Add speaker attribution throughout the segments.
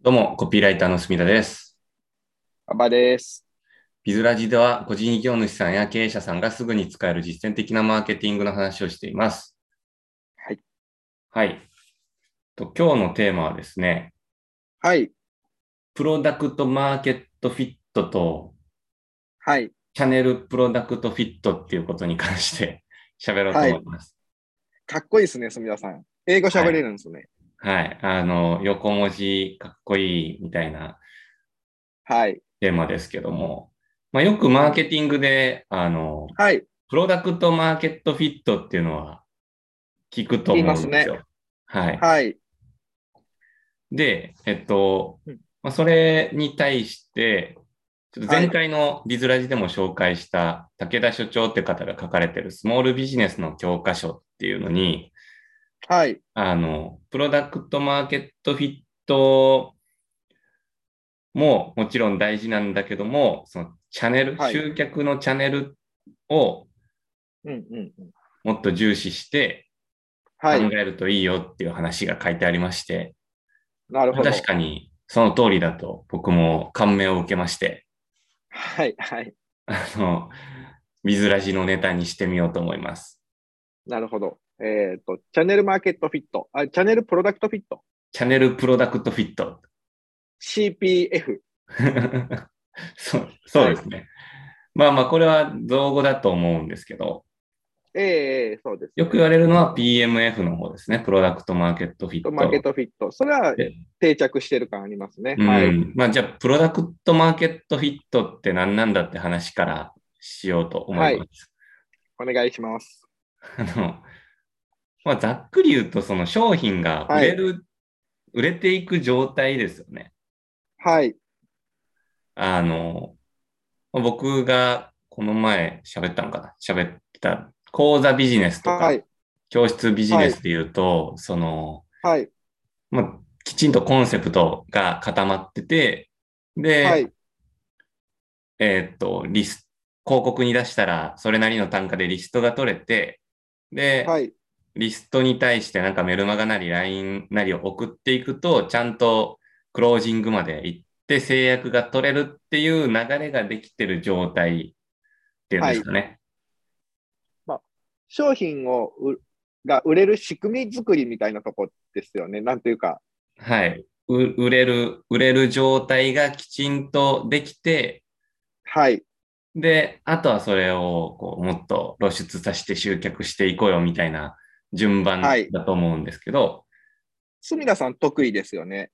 Speaker 1: どうも、コピーライターの隅田です。
Speaker 2: アバです。
Speaker 1: ビズラジでは、個人事業主さんや経営者さんがすぐに使える実践的なマーケティングの話をしています。
Speaker 2: はい。
Speaker 1: はい。と今日のテーマはですね、
Speaker 2: はい。
Speaker 1: プロダクトマーケットフィットと、
Speaker 2: はい。
Speaker 1: チャンネルプロダクトフィットっていうことに関して 喋ろうと思います。
Speaker 2: かっこいいですね、隅田さん。英語喋れるんですよね。
Speaker 1: はい、あの、横文字かっこいいみたいな
Speaker 2: はい。
Speaker 1: テーマですけども、まあ、よくマーケティングで、あの、
Speaker 2: はい。
Speaker 1: プロダクトマーケットフィットっていうのは聞くと思うんですよ。
Speaker 2: 言いま
Speaker 1: はい。
Speaker 2: はい。
Speaker 1: で、えっと
Speaker 2: うん、
Speaker 1: まあ、それに対して、ちょっと前回のビズラジでも紹介した武田所長って方が書かれてるスモールビジネスの教科書っていうのに、
Speaker 2: はい。
Speaker 1: あの、プロダクトマーケットフィットももちろん大事なんだけども、そのチャンネル、
Speaker 2: はい
Speaker 1: 集客のチャンネルを
Speaker 2: うんうんうん。
Speaker 1: もっと重視して、
Speaker 2: は
Speaker 1: 考
Speaker 2: い。
Speaker 1: えるといいよっていう話が書いてありまして、
Speaker 2: なるほど。
Speaker 1: 確かにその通りだと僕も感銘を受けまして、
Speaker 2: はい。はい。
Speaker 1: あの、ビズラジのネタにしてみようと思います。
Speaker 2: なるほど。えっ、と、チャンネルマーケットフィット。あ、チャンネルプロダクトフィット。
Speaker 1: チャンネルプロダクトフィット。
Speaker 2: CPF。
Speaker 1: そうそうですね。まあまあ、これは造語だと思うんですけど、
Speaker 2: ええそうです。
Speaker 1: よく言われるのは PMF の方ですね。プロダクトマーケットフィット。
Speaker 2: マーケットフィット。それは
Speaker 1: で
Speaker 2: 定着してる感ありますね。
Speaker 1: うん
Speaker 2: はい。
Speaker 1: まあ、じゃあ、プロダクトマーケットフィットって何なんだって話からしようと思います。
Speaker 2: お願いします。
Speaker 1: あの、まあ、ざっくり言うと、その商品が売れる、売れていく状態ですよね。
Speaker 2: はい。
Speaker 1: あの、まあ僕がこの前喋ったのかな喋った講座ビジネスとか、
Speaker 2: はい。
Speaker 1: 教室ビジネスで言うと、その、
Speaker 2: はい。
Speaker 1: まあ、きちんとコンセプトが固まってて、で、
Speaker 2: はい。
Speaker 1: えーっと、リス、広告に出したら、それなりの単価でリストが取れて、で、
Speaker 2: はい。
Speaker 1: リストに対してなんかメルマガなり LINE なりを送っていくと、ちゃんとクロージングまで行って制約が取れるっていう流れができてる状態っていうんですかね。
Speaker 2: 商品をうが売れる仕組み作りみたいなとこですよね。なんというか。
Speaker 1: はい、う売れる、売れる状態がきちんとできて、
Speaker 2: はい。
Speaker 1: で、あとはそれをこうもっと露出させて集客していこうよみたいな順番
Speaker 2: はい
Speaker 1: だと思うんですけど、
Speaker 2: 隅田さん得意ですよね。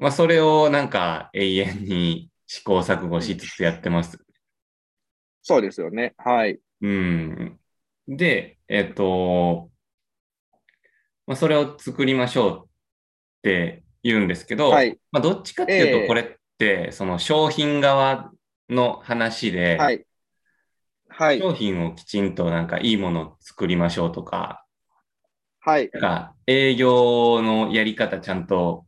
Speaker 1: まあそれをなんか永遠に試行錯誤しつつやってます。
Speaker 2: そうですよね。はい。
Speaker 1: うん。で、えっと、まあ、それを作りましょうって言うんですけど、
Speaker 2: はい。
Speaker 1: まあ、どっちかっていう
Speaker 2: え
Speaker 1: と、
Speaker 2: え
Speaker 1: これって、その商品側の話で、
Speaker 2: はい。はい。
Speaker 1: 商品をきちんとなんかいいものを作りましょうとか、
Speaker 2: はい。
Speaker 1: なんか営業のやり方ちゃんと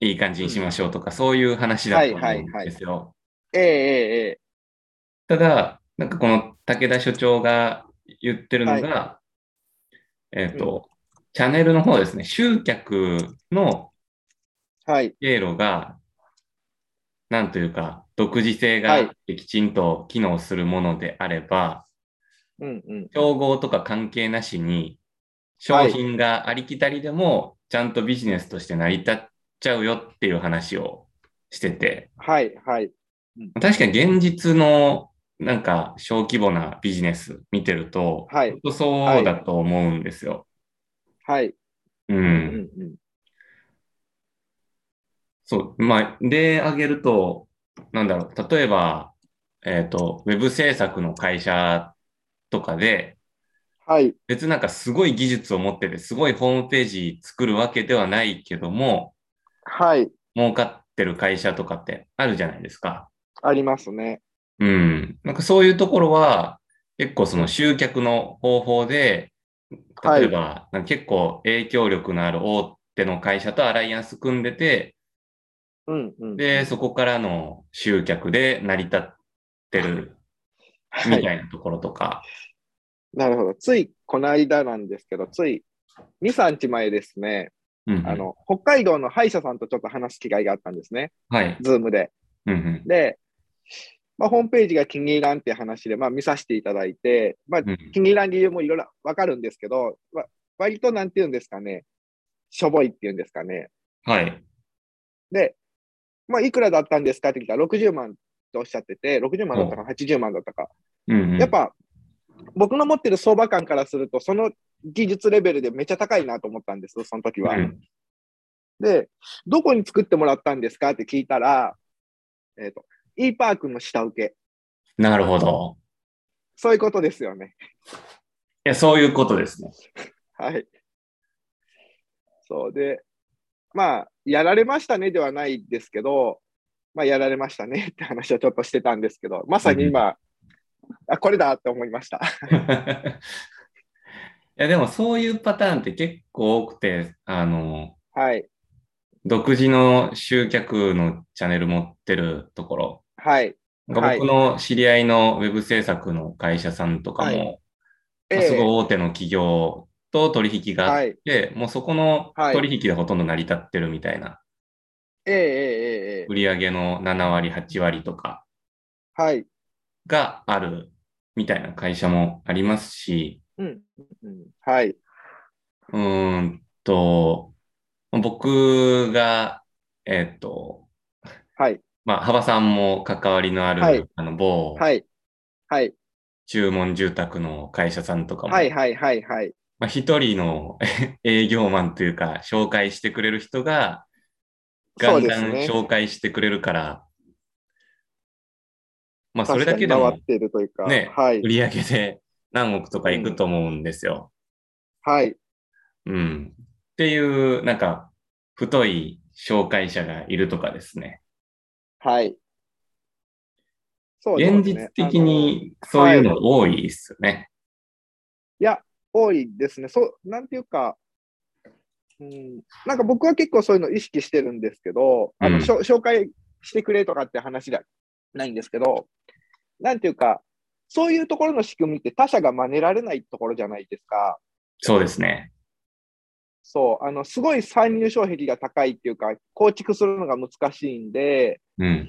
Speaker 1: いい感じにしましょうとか、そういう話だと思うんですよ。
Speaker 2: えええええ
Speaker 1: ただ、なんかこの武田所長が言ってるのが、えっ、と、チャンネルの方ですね、集客の
Speaker 2: えはい。
Speaker 1: 経路が、なんというか、独自性
Speaker 2: は
Speaker 1: が
Speaker 2: い
Speaker 1: きちんと機能するものであれば、
Speaker 2: うんうん。
Speaker 1: 競合とか関係なしに、商品がありきたりでも、ちゃんとビジネスとして成り立っちゃうよっていう話をしてて、
Speaker 2: はい。はい。
Speaker 1: 確かに現実のなんか小規模なビジネス見てると、
Speaker 2: はい
Speaker 1: 本当そうだと思うんですよ。
Speaker 2: はい。
Speaker 1: う
Speaker 2: うん
Speaker 1: ん。
Speaker 2: うん。
Speaker 1: そう。まあ、例挙げると、なんだろう。例えば、えっ、と、ウェブ制作の会社とかで、
Speaker 2: はい。
Speaker 1: 別になんかすごい技術を持ってて、すごいホームページ作るわけではないけども、
Speaker 2: はい。
Speaker 1: 儲かってる会社とかってあるじゃないですか。
Speaker 2: ありますね。
Speaker 1: うん。なんかそういうところは、結構その集客の方法で、
Speaker 2: はい
Speaker 1: 例えば、なんか結構影響力のある大手の会社とアライアンス組んでて、
Speaker 2: うんうん。
Speaker 1: で、そこからの集客で成り立ってるみ
Speaker 2: はい。
Speaker 1: たいなところとか、
Speaker 2: なるほど。ついこの間なんですけど、つい2、3日前ですね。
Speaker 1: うんうん
Speaker 2: あの、北海道の歯医者さんとちょっと話す機会があったんですね。
Speaker 1: はい。
Speaker 2: ズームで。
Speaker 1: うんうん
Speaker 2: で、まあ、ホームページが気に入らんっていう話で、まあ、見させていただいて、まあ、
Speaker 1: うん
Speaker 2: 気に入らん理由もいろいろわかるんですけど、わ割となんて言うんですかね、しょぼいっていうんですかね。
Speaker 1: はい。
Speaker 2: で、まあ、いくらだったんですかって聞いたら、60万とおっしゃってて、60万だったか80万だったか。
Speaker 1: うんうん
Speaker 2: やっ、ぱ、僕の持ってる相場感からすると、その技術レベルでめっちゃ高いなと思ったんです、その時は。
Speaker 1: うん
Speaker 2: で、どこに作ってもらったんですかって聞いたら、えっ、と、e パークの下請け。
Speaker 1: なるほど。
Speaker 2: そういうことですよね。
Speaker 1: いや、そういうことですね。
Speaker 2: はい。そうで、まあ、やられましたねではないですけど、まあ、やられましたね って話をちょっとしてたんですけど、まさに今、あ、これだって思いました。
Speaker 1: いや、でもそういうパターンって結構多くて、あの、
Speaker 2: はい。
Speaker 1: 独自の集客のチャンネル持ってるところ。
Speaker 2: はい。
Speaker 1: なんか
Speaker 2: はい
Speaker 1: 僕の知り合いのウェブ制作の会社さんとかも、
Speaker 2: はい
Speaker 1: まあすごい
Speaker 2: い。
Speaker 1: 大手の企業と取引があって、もうそこの
Speaker 2: はい
Speaker 1: 取引でほとんど成り立ってるみたいな、
Speaker 2: ええええええ
Speaker 1: 売上の7割、8割とか
Speaker 2: はい。
Speaker 1: があるみたいな会社もありますし、
Speaker 2: うん。うんはい。
Speaker 1: うーんと、僕が、えっと、
Speaker 2: はい。
Speaker 1: まあ、幅さんも関わりのある、
Speaker 2: はい
Speaker 1: あの某
Speaker 2: はい。はい。
Speaker 1: 注文住宅の会社さんとかも、
Speaker 2: はい。はい。はい。はい。
Speaker 1: まあ、一人の 営業マンというか、紹介してくれる人が、ガ
Speaker 2: そう
Speaker 1: ン
Speaker 2: で
Speaker 1: ガ
Speaker 2: す
Speaker 1: ン
Speaker 2: ね。
Speaker 1: 紹介してくれるから、まあ、それだけで
Speaker 2: 確か
Speaker 1: も
Speaker 2: に回っているというか、
Speaker 1: ね
Speaker 2: はい
Speaker 1: 売。り上げで何億とかいくと思うんですよ。
Speaker 2: はい。
Speaker 1: うん。っていう、なんか、太い紹介者がいるとかですね。
Speaker 2: はい。そうですね
Speaker 1: 現実的。にそういうの多いですよね。
Speaker 2: あのいや、多いですね。そう、なんていうか、うん、なんか僕は結構そういうの意識してるんですけど、あの、
Speaker 1: うん
Speaker 2: しょ紹介してくれとかって話じゃないんですけど、なんていうか、そういうところの仕組みって他者が真似られないところじゃないですか。
Speaker 1: そうですね。
Speaker 2: そう、あの、すごい参入障壁が高いっていうか、構築するのが難しいんで、
Speaker 1: うん。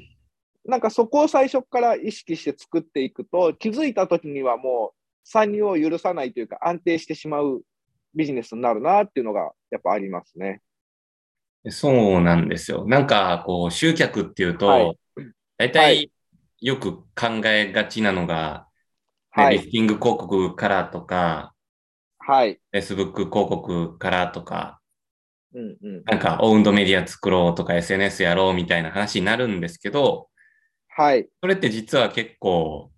Speaker 2: なんかそこを最初から意識して作っていくと、気づいた時にはもう参入を許さないというか、安定してしまうビジネスになるなっていうのがやっぱありますね。
Speaker 1: そうなんですよ。なんか、こう、集客っていうと、
Speaker 2: はい
Speaker 1: 大
Speaker 2: は
Speaker 1: 体
Speaker 2: い
Speaker 1: よく考えがちなのが、ね
Speaker 2: は
Speaker 1: リ
Speaker 2: い。
Speaker 1: スティング広告からとか、
Speaker 2: はい。
Speaker 1: Facebook 広告からとか、
Speaker 2: うんうん。
Speaker 1: なんか、オウンドメディア作ろうとか、SNS やろうみたいな話になるんですけど、
Speaker 2: はい。
Speaker 1: それって実は結構、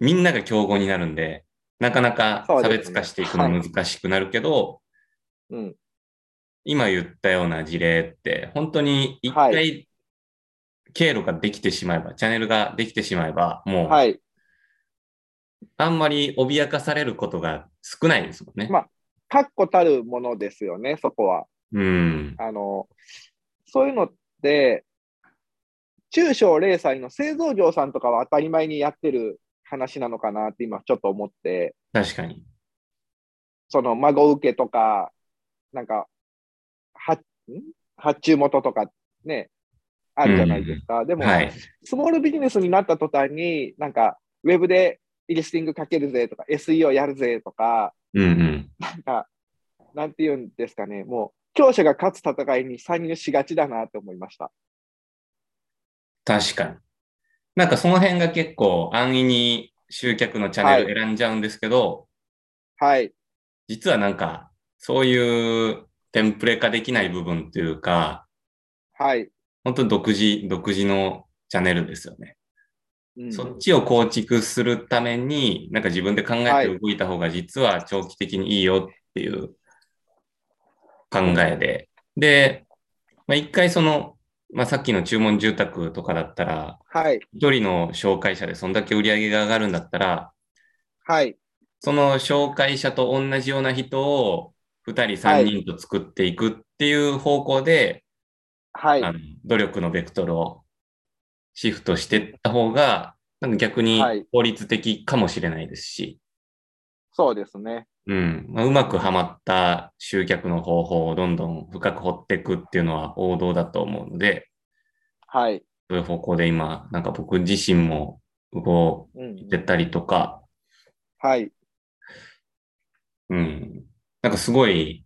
Speaker 1: みんなが競合になるんで、なかなか
Speaker 2: そう
Speaker 1: 差
Speaker 2: です
Speaker 1: 別
Speaker 2: ね
Speaker 1: 化していくの難しくなるけど、
Speaker 2: うん。
Speaker 1: 今言ったような事例って、本当に一
Speaker 2: は
Speaker 1: 回経路ができてしまえば、チャンネルができてしまえば、も
Speaker 2: は
Speaker 1: う、
Speaker 2: い。
Speaker 1: あんまり脅かされることが少ないですもんね。
Speaker 2: まあ確固たるものですよね、そこは。
Speaker 1: うん。
Speaker 2: あの、そういうのって、中小零細の製造業さんとかは当たり前にやってる話なのかなって今ちょっと思って、
Speaker 1: 確かに。
Speaker 2: その孫受けとか、なんか、は、ん発注元とかね、あるじゃないですか。でも、
Speaker 1: はい。
Speaker 2: スモールビジネスになった途端に、なんか、ウェブでリスティングかけるぜとか、SEO やるぜとか、
Speaker 1: うんうん。
Speaker 2: なんか、なんていうんですかね、もう、強者が勝つ戦いに参入しがちだなって思いました。
Speaker 1: 確かに。なんかその辺が結構安易に集客のチャンネル選んじゃうんですけど、
Speaker 2: はい。
Speaker 1: 実はなんか、そういうテンプレ化できない部分っていうか、
Speaker 2: はい。
Speaker 1: 本当に独自、独自のチャンネルですよね。
Speaker 2: うん、
Speaker 1: そっちを構築するために、なんか自分で考
Speaker 2: は
Speaker 1: えて
Speaker 2: い
Speaker 1: 動いた方が実は長期的にいいよっていう考えで。で、まあ、一回その、まあ、さっきの注文住宅とかだったら、
Speaker 2: はい。
Speaker 1: 一人の紹介者でそんだけ売り上げが上がるんだったら、
Speaker 2: はい。
Speaker 1: その紹介者と同じような人を2人
Speaker 2: は
Speaker 1: 3人と作っていくっていう方向で、
Speaker 2: はい。
Speaker 1: あの努力のベクトルをシフトしていった方が、なんか逆に
Speaker 2: はい
Speaker 1: 効率的かもしれないですし、
Speaker 2: そうですね。
Speaker 1: うん。まあ、うまくはまった集客の方法をどんどん深く掘っていくっていうのは王道だと思うので、
Speaker 2: はい。
Speaker 1: そういう方向で今、なんか僕自身も動
Speaker 2: う
Speaker 1: い
Speaker 2: ん、
Speaker 1: てたりとか、
Speaker 2: はい。
Speaker 1: うん。なんかすごい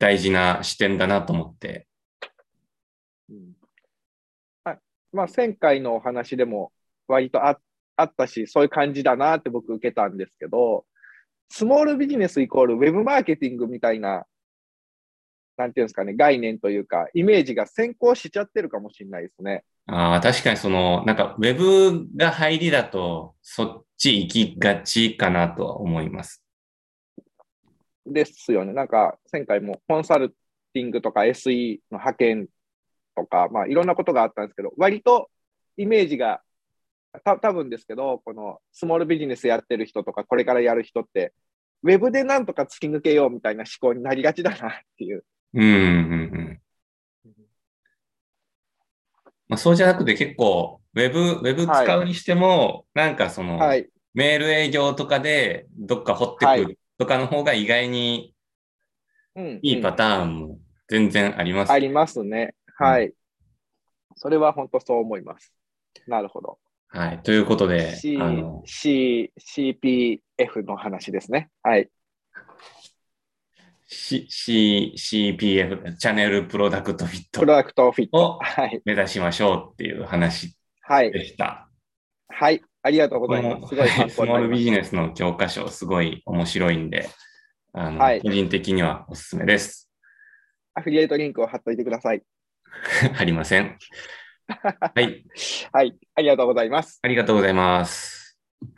Speaker 1: 大事な視点だなと思って。
Speaker 2: うんはいまあ、前回のお話でも割とああったし、そういう感じだなって僕受けたんですけど、スモールビジネスイコールウェブマーケティングみたいな、なんていうんですかね、概念というか、イメージが先行しちゃってるかもしれないですね。
Speaker 1: ああ、確かにその、なんかウェブが入りだと、そっち行きがちかなとは思います。
Speaker 2: ですよね。なんか、前回もコンサルティングとか SE の派遣とか、まあ、いろんなことがあったんですけど、割とイメージが、た多分ですけど、このスモールビジネスやってる人とか、これからやる人って、ウェブでなんとか突き抜けようみたいな思考になりがちだなっていう。
Speaker 1: うん、うん、うん。まあ、そうじゃなくて結構、ウェブ、ウェブ
Speaker 2: はい
Speaker 1: 使うにしても、なんかその、
Speaker 2: はい。
Speaker 1: メール営業とかでどっか掘って
Speaker 2: は
Speaker 1: く
Speaker 2: い
Speaker 1: とかの方が意外に
Speaker 2: うん、
Speaker 1: いいパターンも全然あります。
Speaker 2: ありますね。はい。それは本当そう思います。なるほど。
Speaker 1: はい。ということで、
Speaker 2: C
Speaker 1: あの、
Speaker 2: C CPF の話ですね。はい。
Speaker 1: C、C、CPF、チャンネルプロダクトフィッ
Speaker 2: プ
Speaker 1: ト
Speaker 2: ロダクトフィット。
Speaker 1: を
Speaker 2: はい。
Speaker 1: 目指しましょうっていう話
Speaker 2: はい。
Speaker 1: でした。
Speaker 2: はい、ありがとうご
Speaker 1: こ
Speaker 2: ざいま
Speaker 1: の
Speaker 2: す。すごい
Speaker 1: は
Speaker 2: 参
Speaker 1: いスモ
Speaker 2: 考にな
Speaker 1: ー
Speaker 2: り
Speaker 1: ル
Speaker 2: ま
Speaker 1: ビ
Speaker 2: し
Speaker 1: ジネスの教科書、すごい面白いんで、あの、
Speaker 2: はい
Speaker 1: 個人的にはおすすめです。
Speaker 2: た。アフィリエイトリンクを貼っといてください。
Speaker 1: ありません。はい。
Speaker 2: はい、ありがとうございます。
Speaker 1: ありがとうございます。